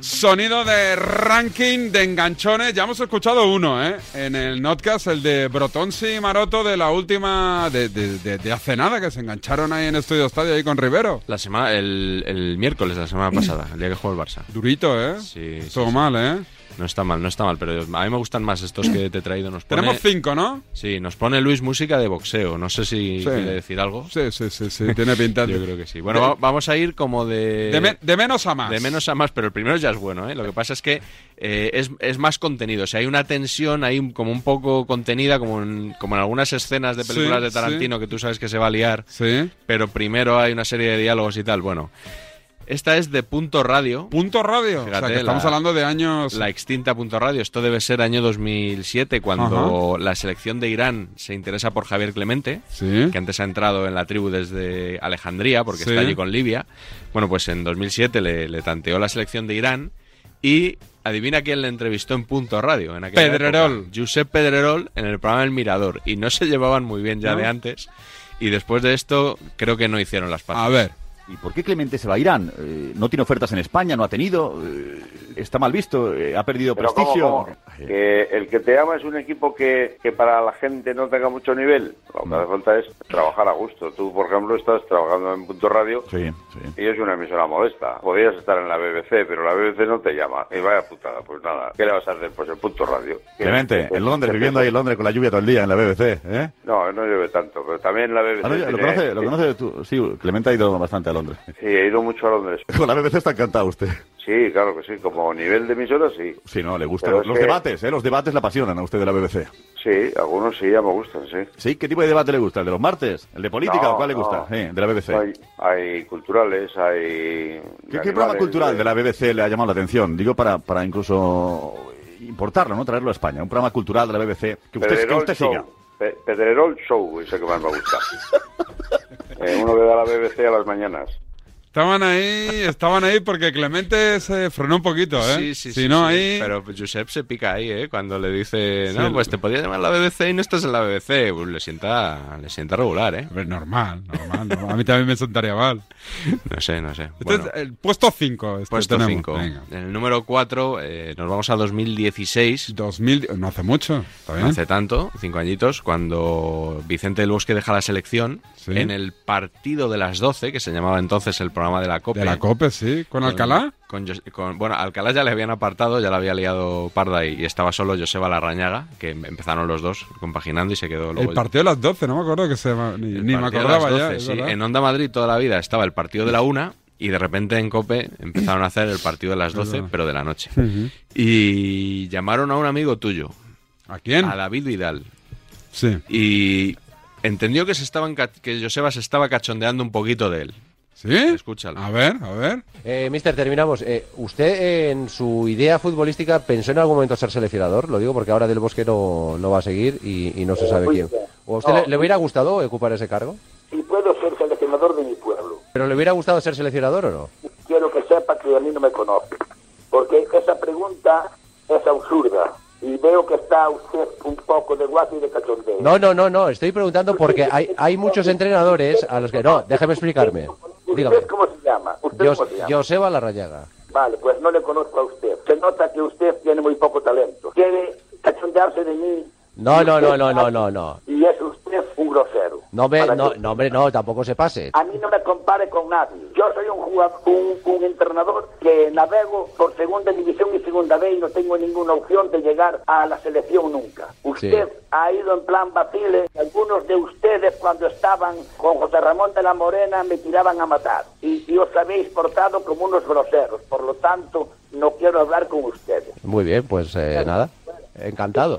Sonido de ranking de enganchones. Ya hemos escuchado uno, ¿eh? En el notcast, el de Brotonsi y Maroto de la última. De, de- de- de hace nada, que se engancharon ahí en Estudio Estadio, ahí con Rivero. La semana, el, el miércoles de la semana pasada, el día que jugó el Barça. Durito, ¿eh? Sí, sí, Todo mal, ¿eh? No está mal, no está mal, pero a mí me gustan más estos que te he traído. Nos pone, Tenemos cinco, ¿no? Sí, nos pone Luis música de boxeo. No sé si Sí. quiere decir algo. Sí, sí, sí, sí. Tiene pinta de- Yo creo que sí. Bueno, De- va- vamos a ir como de... de, me- de menos a más. De menos a más, pero el primero ya es bueno, ¿eh? Lo que pasa es que eh, es, es más contenido. O sea, hay una tensión ahí un- como un poco contenida, como en, como en algunas escenas de películas Sí, de Tarantino que tú sabes que se va a liar, Sí. pero primero hay una serie de diálogos y tal. Bueno, esta es de Punto Radio, Punto radio. o Fíjate, sea, que la- estamos hablando de años. la extinta Punto Radio. Esto debe ser año 2007, cuando la selección de Irán se interesa por Javier Clemente. Sí. que antes ha entrado en la tribu desde Alejandría, porque Sí. está allí con Libia. Bueno, pues en 2007 le, le tanteó la selección de Irán y adivina quién le entrevistó en Punto Radio. En aquella Pedrerol. época. Josep Pedrerol en el programa El Mirador. Y no se llevaban muy bien ya ¿No? de antes. Y después de esto, creo que no hicieron las paces. A ver. ¿Y por qué Clemente se va a Irán? Eh, no tiene ofertas en España, no ha tenido. eh, está mal visto, eh, ha perdido Pero ¿cómo, prestigio. cómo? Que el que te ama Ah, es un equipo que, que para la gente no tenga mucho nivel. Lo que hace falta es trabajar a gusto. Tú, por ejemplo, estás trabajando en Punto Radio Sí, sí. y es una emisora modesta. Podrías estar en la BBC, pero la BBC no te llama. Y vaya putada, pues nada. ¿Qué le vas a hacer? Pues el Punto Radio. Clemente, en Londres, viviendo ahí en Londres con la lluvia todo el día en la BBC. ¿eh? No, no llueve tanto, pero también la BBC... Ah, no, ya, lo tiene- conoce, lo conoce tú. Sí, Clemente ha ido bastante a Londres. Sí, he ido mucho a Londres. Con la BBC está encantado usted. Sí, claro que sí. Como nivel de emisora, sí. Sí, no, le gusta. Pero Los, es los que- debates, ¿eh? Los debates le apasionan a usted de la BBC. Sí, algunos sí, ya me gustan, sí. ¿Sí? ¿Qué tipo de debate le gusta? ¿El de los martes? ¿El de política No, o cuál le no. Pues gusta? Sí, de la BBC. Hay, hay culturales, hay... ¿Qué, qué programa animales, cultural hay- de la BBC le ha llamado la atención? Digo, para, para incluso importarlo, ¿no? Traerlo a España. Un programa cultural de la BBC que usted, que Pedrerol usted Show. siga. Pe- Pedrerol Show, ese que más me gusta. Eh, uno que da la BBC a las mañanas. Estaban ahí, estaban ahí porque Clemente se frenó un poquito, ¿eh? Sí, sí, si sí, no, sí. ahí. Pero Josep se pica ahí, ¿eh? Cuando le dice, Sí, no, el- pues te podía llamar la BBC y no estás en la BBC. Pues le sienta, le sienta regular, ¿eh? A ver, normal, normal, normal. A mí también me sentaría mal. No sé, no sé. Este Bueno. es el puesto 5. Este Puesto tenemos. 5. Venga. En el número 4 nos vamos a 2016. 2000, no hace mucho, ¿está No bien? hace tanto, cinco añitos, cuando Vicente del Bosque deja la selección Sí. en el partido de las 12, que se llamaba entonces el programa de la Copa. De la COPE, sí. ¿Con Alcalá? Con Jos- con- bueno, a Alcalá ya le habían apartado, ya la había liado Parda y, y estaba solo Joseba Larrañaga, que em- empezaron los dos compaginando y se quedó luego. El partido de las 12, no me acuerdo que se llama. Ni, el ni me partido de las acordaba 12, ya. es sí. verdad. En Onda Madrid toda la vida estaba el partido de la una y de repente en Cope empezaron a hacer el partido de las 12, verdad. pero de la noche. Ujú. Y llamaron a un amigo tuyo, ¿A quién? a David Vidal, Sí, y entendió que se estaban ca- que Joseba se estaba cachondeando un poquito de él. ¿sí? Escúchalo. A ver, a ver. Eh, mister, terminamos. Eh, ¿Usted eh, en su idea futbolística pensó en algún momento ser seleccionador? Lo digo porque ahora Del Bosque no, no va a seguir y, y no se sabe quién. ¿O a usted le, le hubiera gustado ocupar ese cargo? Si puedo ser seleccionador de mi pueblo, ¿Pero le hubiera gustado ser seleccionador o no? quiero que sepa que a mí no me conoce. Porque esa pregunta es absurda. Y veo que está usted un poco de guapo y de cachondeo. No, no, no, no. Estoy preguntando porque hay, hay muchos entrenadores a los que... No, déjeme explicarme. ¿Usted Dígame. cómo se llama? ¿Usted Jos- cómo se llama? Joseba Larrayaga. Vale, pues no le conozco a usted. Se nota que usted tiene muy poco talento. Quiere cachondearse de mí. No, Y no, no, usted- no, no, no, no. Y es usted un grosero. No, me, Para no, que- no, hombre, no, tampoco se pase. A mí no me compare con nadie. Yo soy un jugador, un, un entrenador que navego por segunda división y segunda B y no tengo ninguna opción de llegar a la selección nunca. Usted Sí. ha ido en plan vacile. Algunos de ustedes cuando estaban con José Ramón de la Morena me tiraban a matar. Y, y os habéis portado como unos groseros. Por lo tanto, no quiero hablar con ustedes. Muy bien, pues eh, nada. Encantado.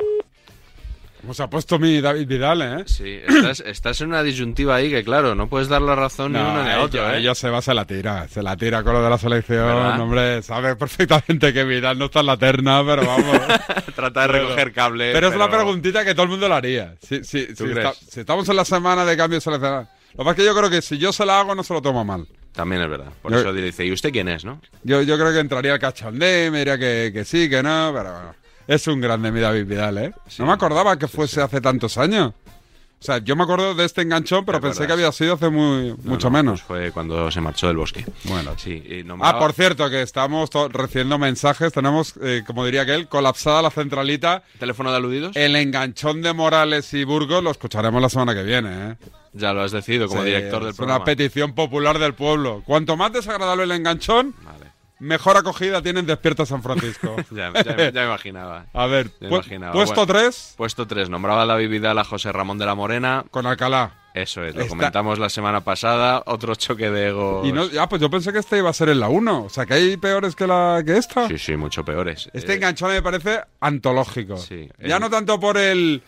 Como se ha puesto mi David Vidal, ¿eh? Sí, estás, estás en una disyuntiva ahí que, claro, no puedes dar la razón ni uno ni ella- otro. ¿eh? ella se va, se la tira, se la tira con lo de la selección, ¿Verdad? hombre, sabe perfectamente que Vidal no está en la terna, pero vamos. Trata de recoger cable. pero, es una preguntita que todo el mundo la haría. Si, si- Eh, ¿Tú si crees? si estamos en la semana de cambio seleccionado. Lo que pasa es que yo creo que si yo se la hago no se lo toma mal. También es verdad. Por Yo- eso dice, ¿y usted quién es, no? Yo, yo creo que entraría al cachondeo y me diría que, que sí, que no, pero bueno. Es un grande mi David Vidal, ¿eh? no me acordaba que fuese hace tantos años. O sea, yo me acuerdo de este enganchón, pero ¿Te pensé que acuerdas? había sido hace muy, No, mucho no, menos. pues fue cuando se marchó del bosque. Bueno. Sí, y no me Ah, daba- por cierto, que estamos to- recibiendo mensajes. Tenemos, eh, como diría aquel, colapsada la centralita. ¿Teléfono de aludidos? El enganchón de Morales y Burgos lo escucharemos la semana que viene, ¿eh? Ya lo has decidido como Sí, director del es programa. una petición popular del pueblo. Cuanto más desagradable el enganchón, Vale. mejor acogida tienen Despierta San Francisco. Ya, ya- ya me imaginaba. A ver, Ya pu- imaginaba. puesto Bueno. 3 Puesto 3. Nombraba la Vidal a José Ramón de la Morena. con Alcalá. Eso es, lo Está- comentamos la semana pasada. Otro choque de egos. Y no, ya, pues yo pensé que este iba a ser en la 1. O sea, que hay peores que, la, que esta. Sí, sí, mucho peores. Este Eh, enganchón me parece antológico. Sí. ya El- no tanto por el.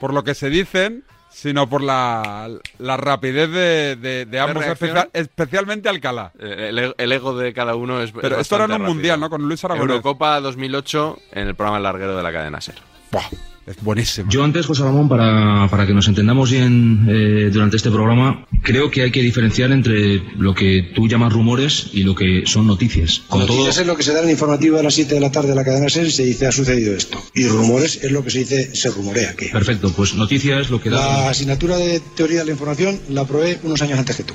por lo que se dicen, sino por la, la rapidez de, de- de ambos, reacción? especia- especialmente Alcalá. eh, El, el ego de cada uno es. Pero esto era en un mundial, ¿no? Con Luis Aragonés. Eurocopa 2008 en el programa El Larguero de la cadena Ser. Buah, es buenísimo. Yo antes, José Ramón, para, para que nos entendamos bien eh, durante este programa, creo que hay que diferenciar entre lo que tú llamas rumores y lo que son noticias. Con Noticias todo- es lo que se da en el informativo a las 7 de la tarde de la cadena SER y se dice ha sucedido esto. Y rumores es lo que se dice, se rumorea que. Perfecto, pues noticias es lo que La da... asignatura de Eh, teoría de la información la probé unos años antes que tú.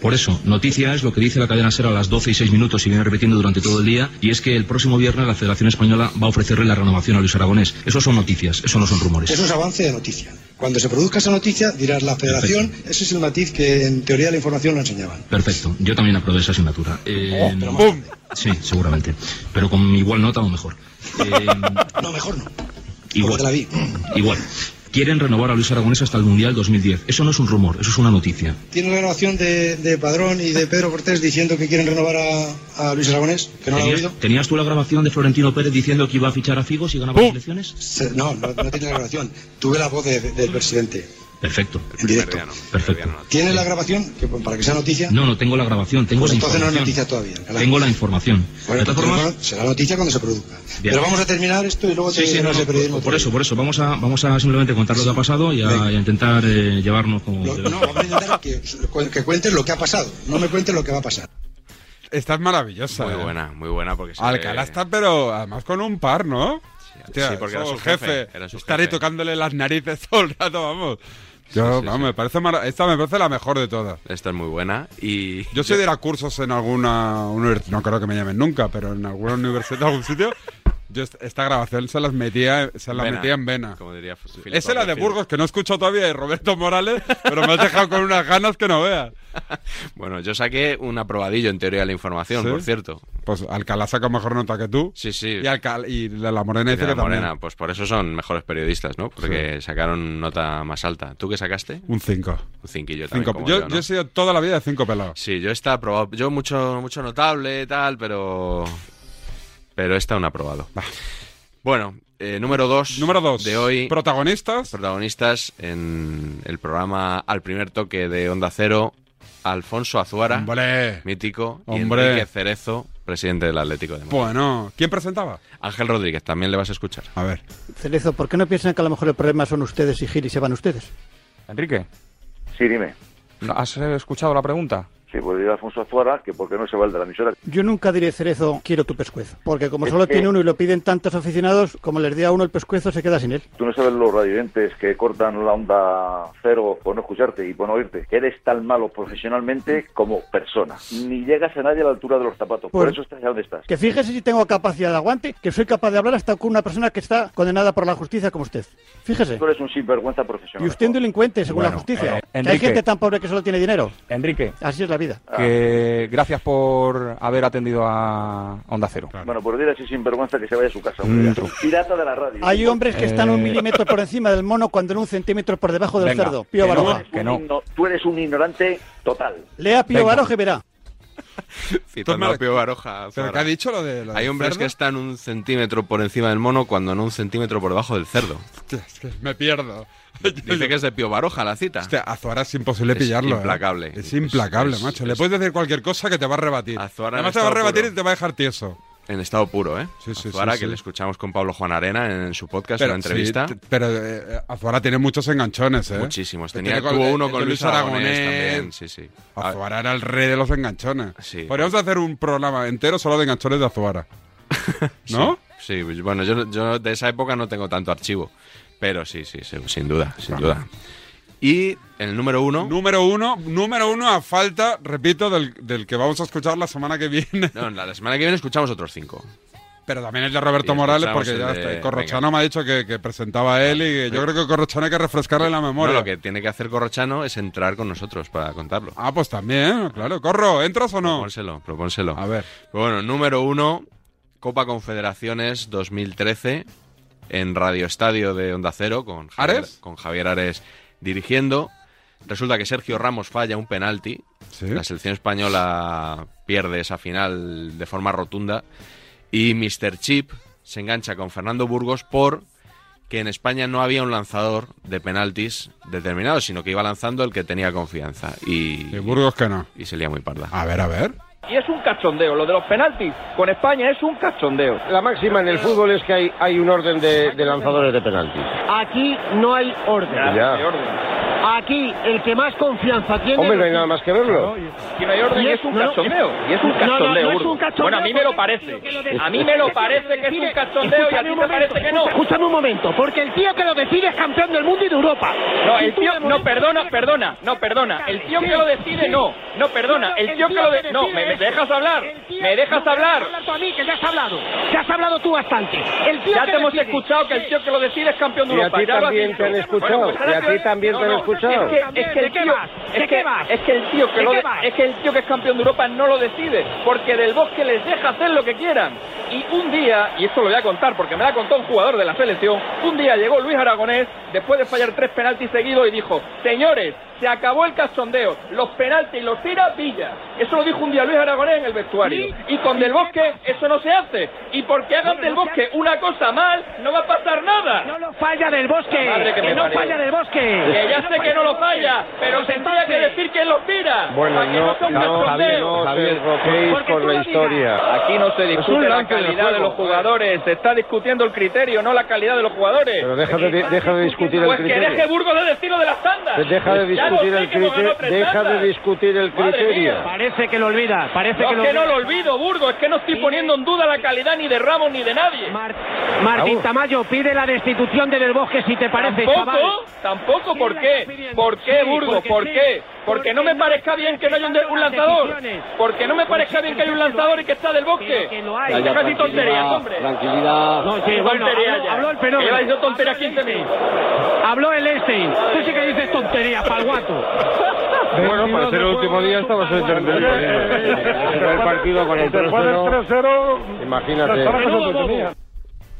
Por eso, noticias es lo que dice la cadena SER a las 12 y 6 minutos y viene repitiendo durante todo el día, y es que el próximo viernes la Federación Española va a ofrecerle la renovación a Luis Aragonés. Eso son noticias, eso no son rumores. Eso es avance de noticia. Cuando se produzca esa noticia, dirás la federación, ese es el matiz que en teoría de la información lo enseñaban. Perfecto, yo también aprobé esa Oh, asignatura. Eh, ¡Bum! sí, seguramente, pero con igual nota o mejor. Eh, No, mejor no. Igual. Mm. Porque la vi. Igual. Quieren renovar a Luis Aragonés hasta el Mundial 2010. Eso no es un rumor, eso es una noticia. Tiene una grabación de, de Padrón y de Pedro Cortés diciendo que quieren renovar a, a Luis Aragonés, que no lo ha ¿Tenías, oído. tenías tú la grabación de Florentino Pérez diciendo que iba a fichar a Figo si ganaba las elecciones? Se- No, no, no tiene la grabación. Tuve la voz de- del presidente Perfecto. en directo. Perfecto. ¿Tiene la grabación? Que, pues, para que sea noticia. No, no tengo la grabación, tengo Pues la entonces no es información. noticia todavía, claro. Tengo la información. Bueno, pues, de todas pero formas, bueno, será noticia cuando se produzca. Bien. Pero vamos a terminar esto y luego Sí, sí, no, terminamos no, de periodismo por, por eso, otra por eso. Vamos a, vamos a simplemente contar lo que ha pasado y a, Venga. y a intentar eh, llevarnos como... vez. Lo- no, vamos a intentar que, que cuentes lo que ha pasado. No me cuentes lo que va a pasar. Esta es maravillosa. Muy ¿eh? buena, muy buena. porque se- Alcalá está, pero además con un par, ¿no? Hostia, oh, sí, porque era eso, su jefe, era su Estaré jefe. tocándole las narices todo el rato, vamos. Yo, sí, vamos, sí. me parece mara- Esta me parece la mejor de todas. Esta es muy buena. Y Yo soy de ir a cursos en alguna universidad, no creo que me llamen nunca, pero en alguna universidad, algún sitio, yo est- esta grabación se las metía, se las Vena, metía en vena. Como diría F- Philip Esa es la de Battlefield. Burgos, que no escucho todavía de Roberto Morales, pero me has dejado con unas ganas que no veas. Bueno, yo saqué un aprobadillo en teoría de la información, ¿Sí? por cierto. Pues Alcalá saca mejor nota que tú. Sí, sí. Y, Alcalá, y la la Morena Y dice la que también. Morena, pues por eso son mejores periodistas, ¿no? Porque sacaron nota más alta. ¿Tú qué sacaste? Un 5. Un cinquillo también. Cinco. como Yo, yo, ¿no? yo he sido toda la vida de cinco pelados. Sí, yo está aprobado. Yo mucho, mucho notable, tal, pero. Pero está un aprobado. Bueno, eh, número dos. Número dos. De hoy. Protagonistas. protagonistas en el programa Al primer toque de Onda Cero. Alfonso Azuara, Hombre. mítico. Hombre. Y Enrique Cerezo, presidente del Atlético de Madrid. Bueno, ¿quién presentaba? Ángel Rodríguez, también le vas a escuchar. A ver. Cerezo, ¿por qué no piensan que a lo mejor el problema son ustedes y Gil y se van ustedes? Enrique, Sí, dime. ¿no- ¿has eh, escuchado la pregunta? Sí, pues digo a Alfonso Azuara que por qué no se va el de la emisora. Yo nunca diré Cerezo, quiero tu pescuezo. Porque como Es solo que- tiene uno y lo piden tantos aficionados, como les dé a uno el pescuezo, se queda sin él. Tú no sabes los radiovidentes que cortan la onda cero por no escucharte y por no oírte. Eres tan malo profesionalmente como persona. Ni llegas a nadie a la altura de los zapatos. Por Bueno. eso estás donde estás. Que fíjese si tengo capacidad de aguante, que soy capaz de hablar hasta con una persona que está condenada por la justicia como usted. Fíjese. Tú eres un sinvergüenza profesional. Y usted un delincuente, según la Bueno, justicia. eh, Que hay Enrique. gente tan pobre que solo tiene dinero. Enrique, Así es la vida. Ah. que gracias por haber atendido a Onda Cero. Bueno, pues dile a ese sinvergüenza que se vaya a su casa. hombre. Pirata de la radio. Hay hombres que están un Eh. milímetro por encima del mono cuando en un centímetro por debajo del Venga, cerdo. Pío que no. Baroja. Tú eres no. un igno- Tú eres un ignorante total. Lea Pío Venga. Baroja y verá. Citando Toma- a Pío Baroja. ¿Pero Azuara. qué ha dicho lo de lo Hay del hombres cerdo? que están un centímetro por encima del mono cuando no un centímetro por debajo del cerdo. Hostia, es que me pierdo. Dice que es de Pío Baroja la cita. Hostia, Azuara es imposible Es pillarlo. ¿eh? implacable. Es implacable, Es- macho. es- Le puedes decir cualquier cosa que te va a rebatir. Azuara Además no te va a está rebatir puro. y te va a dejar tieso. En estado puro, ¿eh? Sí, sí, Azuara, sí, que sí. le escuchamos con Pablo Juan Arena en su podcast, en una sí, entrevista. t- pero eh, Azuara tiene muchos enganchones, ¿eh? Muchísimos. Tenía Tiene tuvo el- uno el con de Luis Aragonés, también. Sí, sí. Ah, A- Azuara era el rey de los enganchones. Podríamos hacer un programa entero solo de enganchones de Azuara. ¿No? Sí, pues, bueno, yo, yo de esa época no tengo tanto archivo. Pero sí, sí, sí, sin duda, sin duda. Y el número uno. Número uno, número uno a falta, repito, del, del que vamos a escuchar la semana que viene. No, la, la semana que viene escuchamos otros cinco. Pero también el de Roberto Y Morales, escuchamos porque ya el de- está. Corrochano me ha dicho que, que presentaba a él y que yo Venga. creo que Corrochano hay que refrescarle la memoria. No, lo que tiene que hacer Corrochano es entrar con nosotros para contarlo. Ah, pues también, claro. Corro, ¿entras o no? Propónselo, propónselo. A ver. Bueno, número uno, Copa Confederaciones 2013 en Radio Estadio de Onda Cero con Javier, ¿Ares? con Javier Ares dirigiendo. Resulta que Sergio Ramos falla un penalti. La selección española pierde esa final de forma rotunda. Y Mr. Chip se engancha con Fernando Burgos por que en España no había un lanzador de penaltis determinado, sino que iba lanzando el que tenía confianza. Y, Y Burgos Ah. que no. y se lía muy parda. A ver, a ver. Y es un cachondeo, lo de los penaltis con España es un cachondeo. La máxima en el fútbol es que hay, hay un orden de, lanzadores de penaltis. Aquí no hay orden. Ya. No hay orden. Aquí el que más confianza tiene. Hombre, no hay nada más que verlo. Y no hay orden, es un cachondeo, y es un No, cachondeo, no, no es Urdu. un cachondeo. Bueno, a mí me lo porque parece. el tío que lo decide- A mí me lo parece que es un cachondeo y a ti Escúchame un te parece momento, que no. Escúchame un momento, porque el tío que lo decide es campeón del mundo y de Europa. No, Y el tú tío, de no, momento- perdona, perdona, no, perdona. El tío que lo decide, no, no, perdona. El tío que lo decide, no, me, me dejas hablar, me dejas hablar. Tú a mí, que ya has hablado. Ya has hablado tú bastante. El tío Ya que te hemos decide- escuchado que el tío que lo decide es campeón de Y a Europa. ti ya lo has también dicho. te han escuchado, Bueno, pues ahora y a te- ti también No, te han no, escuchado. Es que, es que ¿De el qué tío, vas? ¿De es que, qué vas? es que el tío que ¿De lo qué de- vas? es que el tío que es campeón de Europa no lo decide, porque Del Bosque les deja hacer lo que quieran. Y un día, y esto lo voy a contar porque me la contó un jugador de la selección, un día llegó Luis Aragonés después de fallar tres penaltis seguidos y dijo, señores, se acabó el cachondeo, los penaltis los tira Villa. Eso lo dijo un día Luis Aragonés en el vestuario. Y con Del Bosque eso no se hace. Y porque hagan Del Bosque una cosa mal, no va a pasar nada. No lo falla Del Bosque, que no falla Del Bosque. Pues Que ya sé que no lo falla, pero tendría que decir quién lo tira. Bueno, Para que no, sea un no, Javier, cachondeo. no os enrocéis con la historia. Aquí no se Es un discute la lance de calidad de juego. los jugadores, se está discutiendo el criterio, no la calidad de los jugadores. Pero deja de, deja de discutir el Pues que deje criterio. Burgos de decirlo de las tandas. Deja de Ya lo discutir sé el que hemos criterio. ganado tres Deja de tandas. discutir el Madre criterio. mía. Parece que lo olvida, parece No, que lo es que no olvida. lo olvido, Burgos, es que no estoy poniendo en duda la calidad ni de Ramos ni de nadie. Martín Tamayo pide la destitución de Del Bosque si te parece, chaval. Tampoco, tampoco, ¿por qué? ¿Por qué, Sí, Burgos? porque ¿Por sí. qué? Porque no me parezca bien que no haya un, de- un lanzador. Porque no me parezca bien que haya un lanzador y que está del bosque. hay. Deja de tonterías, hombre. Tranquilidad. No, sí, bueno, Tonterías habló- ya. habló el fenómeno. Lleva diciendo tonterías 15 minutos. Habló el Einstein. Tú sí que dices tonterías, palguato. Bueno, para ser el último día estaba sueltando el primer partido con el 3-0. Imagínate.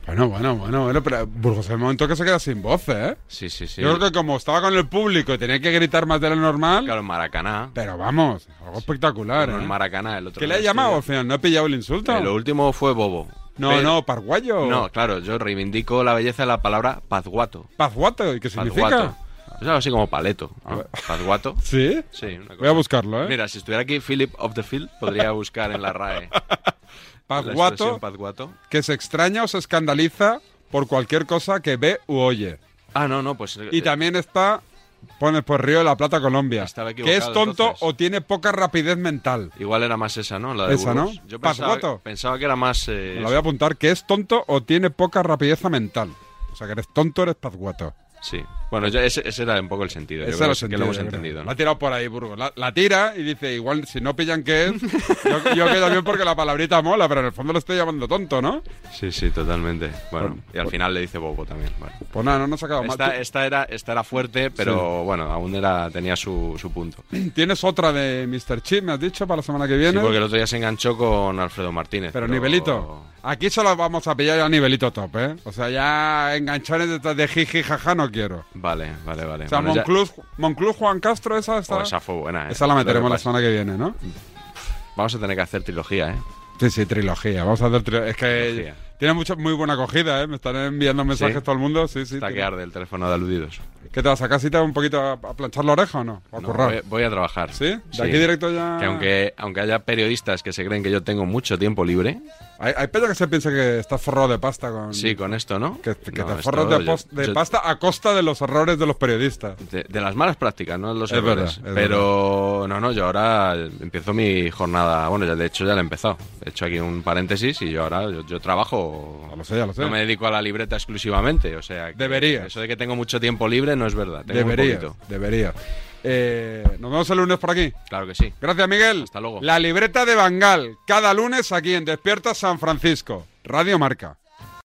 Bueno, bueno, bueno, bueno, pero Burgos es el momento que se queda sin voz, ¿eh? Sí, sí, sí. Yo creo que como estaba con el público y tenía que gritar más de lo normal. Claro, Maracaná. Pero vamos, algo espectacular. Uno en ¿eh? Maracaná, el otro ¿Qué en le ha el llamado al estudio. final? ¿No ha pillado el insulto? Eh, lo último fue Bobo. No, Pero- no, Parguayo. No, claro, yo reivindico la belleza de la palabra pazguato. Pazguato, ¿y qué significa? Pazguato. Es algo así como paleto. ¿no? ¿Pazguato? ¿Sí? Sí, una cosa. Voy a buscarlo, ¿eh? Mira, si estuviera aquí Philip of the Field, podría buscar en la RAE. La Pazguato, expresión pazguato. que se extraña o se escandaliza por cualquier cosa que ve u oye. Ah, no, no, pues. Y también está, pones por Río de la Plata, Colombia. Estaba Que es equivocado, tonto entonces. o tiene poca rapidez mental. eh, Igual era más esa, ¿no? La de Esa, Burgos. ¿no? Yo pensaba, Pazguato. pensaba que era más. eh, Me la voy a apuntar, que es tonto o tiene poca rapidez mental. O sea, que eres tonto, eres pazguato. Sí. Bueno, yo- ese, ese era un poco el sentido. yo Ese creo era el que lo hemos sentido, yo creo. entendido. La ¿no? ha tirado por ahí, Burgos. La, la tira y dice, igual si no pillan qué es, yo, yo quedo bien porque la palabrita mola, pero en el fondo lo estoy llamando tonto, ¿no? Sí, sí, totalmente. Bueno, y al final le dice Bobo también. Bueno. Pues nada, no nos ha quedado mal. Esta, esta era, esta era fuerte, pero bueno, aún era, tenía su, su punto. Tú- Tienes otra de Mr. Chip, me has dicho, para la semana que Sí, viene. porque el otro día se enganchó con Alfredo Martínez. Pero nivelito. Aquí solo vamos a pillar ya nivelito top, ¿eh? O sea, ya enganchones de, de jiji jaja no quiero. Vale, vale, vale. O sea, Bueno, ya- Moncluz, Moncluz, Juan Castro, esa está. Oh, esa fue buena, ¿eh? Esa la meteremos Lo que la pasa- semana que viene, ¿no? Vamos a tener que hacer trilogía, ¿eh? Sí, sí, trilogía. Vamos a hacer trilogía. Es que Tiene mucha, muy buena acogida, ¿eh? Me están enviando mensajes ¿Sí? todo el mundo. Sí, sí. Está que tiene- arde el teléfono de aludidos. ¿Qué te vas a casita un poquito a, a planchar la oreja o no? O A No, currar. voy, voy a trabajar. ¿Sí? ¿De aquí directo ya? Que aunque, aunque haya periodistas que se creen que yo tengo mucho tiempo libre. Hay, hay peña que se piensa que estás forrado de pasta con. Sí, con esto, ¿no? Que, que te forras de, pos- de pasta a costa de los errores de los periodistas. De, de las malas prácticas, no los Es errores. verdad, es pero no, no, yo ahora empiezo mi jornada. Bueno, ya de hecho ya la he empezado. He hecho aquí un paréntesis y yo ahora yo, yo trabajo. ya lo sé. No me dedico a la libreta exclusivamente. O sea, que Debería. Eso de que tengo mucho tiempo libre no es verdad. Tengo muy Debería, poquito. debería. Eh, Nos vemos el lunes por aquí. Claro que sí. Gracias, Miguel. Hasta luego. La libreta de Bangal, cada lunes aquí en Despierta San Francisco, Radio Marca.